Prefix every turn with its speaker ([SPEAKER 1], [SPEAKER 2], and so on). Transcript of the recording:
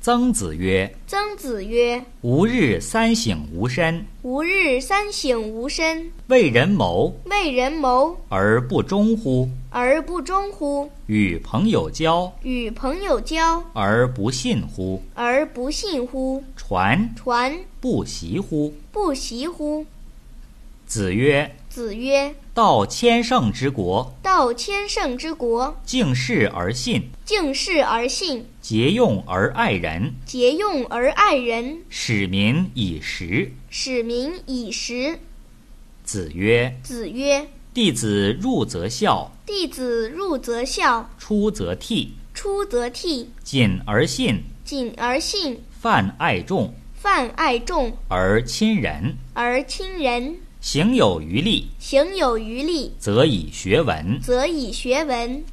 [SPEAKER 1] 曾子曰
[SPEAKER 2] 曾子曰：“
[SPEAKER 1] 吾日三省吾身，：“
[SPEAKER 2] 吾日三省吾身，
[SPEAKER 1] 为人谋
[SPEAKER 2] 为人谋
[SPEAKER 1] 而不忠乎？
[SPEAKER 2] 而不忠乎？
[SPEAKER 1] 与朋友交
[SPEAKER 2] 与朋友交
[SPEAKER 1] 而不信乎？
[SPEAKER 2] 而不信乎？
[SPEAKER 1] 传
[SPEAKER 2] 传
[SPEAKER 1] 不习乎？”
[SPEAKER 2] 不习乎
[SPEAKER 1] 子曰？”
[SPEAKER 2] 子曰：“
[SPEAKER 1] 道千乘之国，：“
[SPEAKER 2] 道千乘之国，
[SPEAKER 1] 敬事而信，
[SPEAKER 2] 敬事而信，
[SPEAKER 1] 节用而爱人，
[SPEAKER 2] 节用而爱人，
[SPEAKER 1] 使民以时。”
[SPEAKER 2] 使民以时。”
[SPEAKER 1] 子曰”
[SPEAKER 2] 子曰：“
[SPEAKER 1] 弟子入则孝，：“
[SPEAKER 2] 弟子入则孝，
[SPEAKER 1] 出则悌，
[SPEAKER 2] 出则悌，
[SPEAKER 1] 谨而信，
[SPEAKER 2] 谨而信，
[SPEAKER 1] 泛爱众
[SPEAKER 2] 泛爱众
[SPEAKER 1] 而亲仁。
[SPEAKER 2] 而亲仁。
[SPEAKER 1] 行有余力，
[SPEAKER 2] 行有余力，
[SPEAKER 1] 则以学文。
[SPEAKER 2] 则以学文。”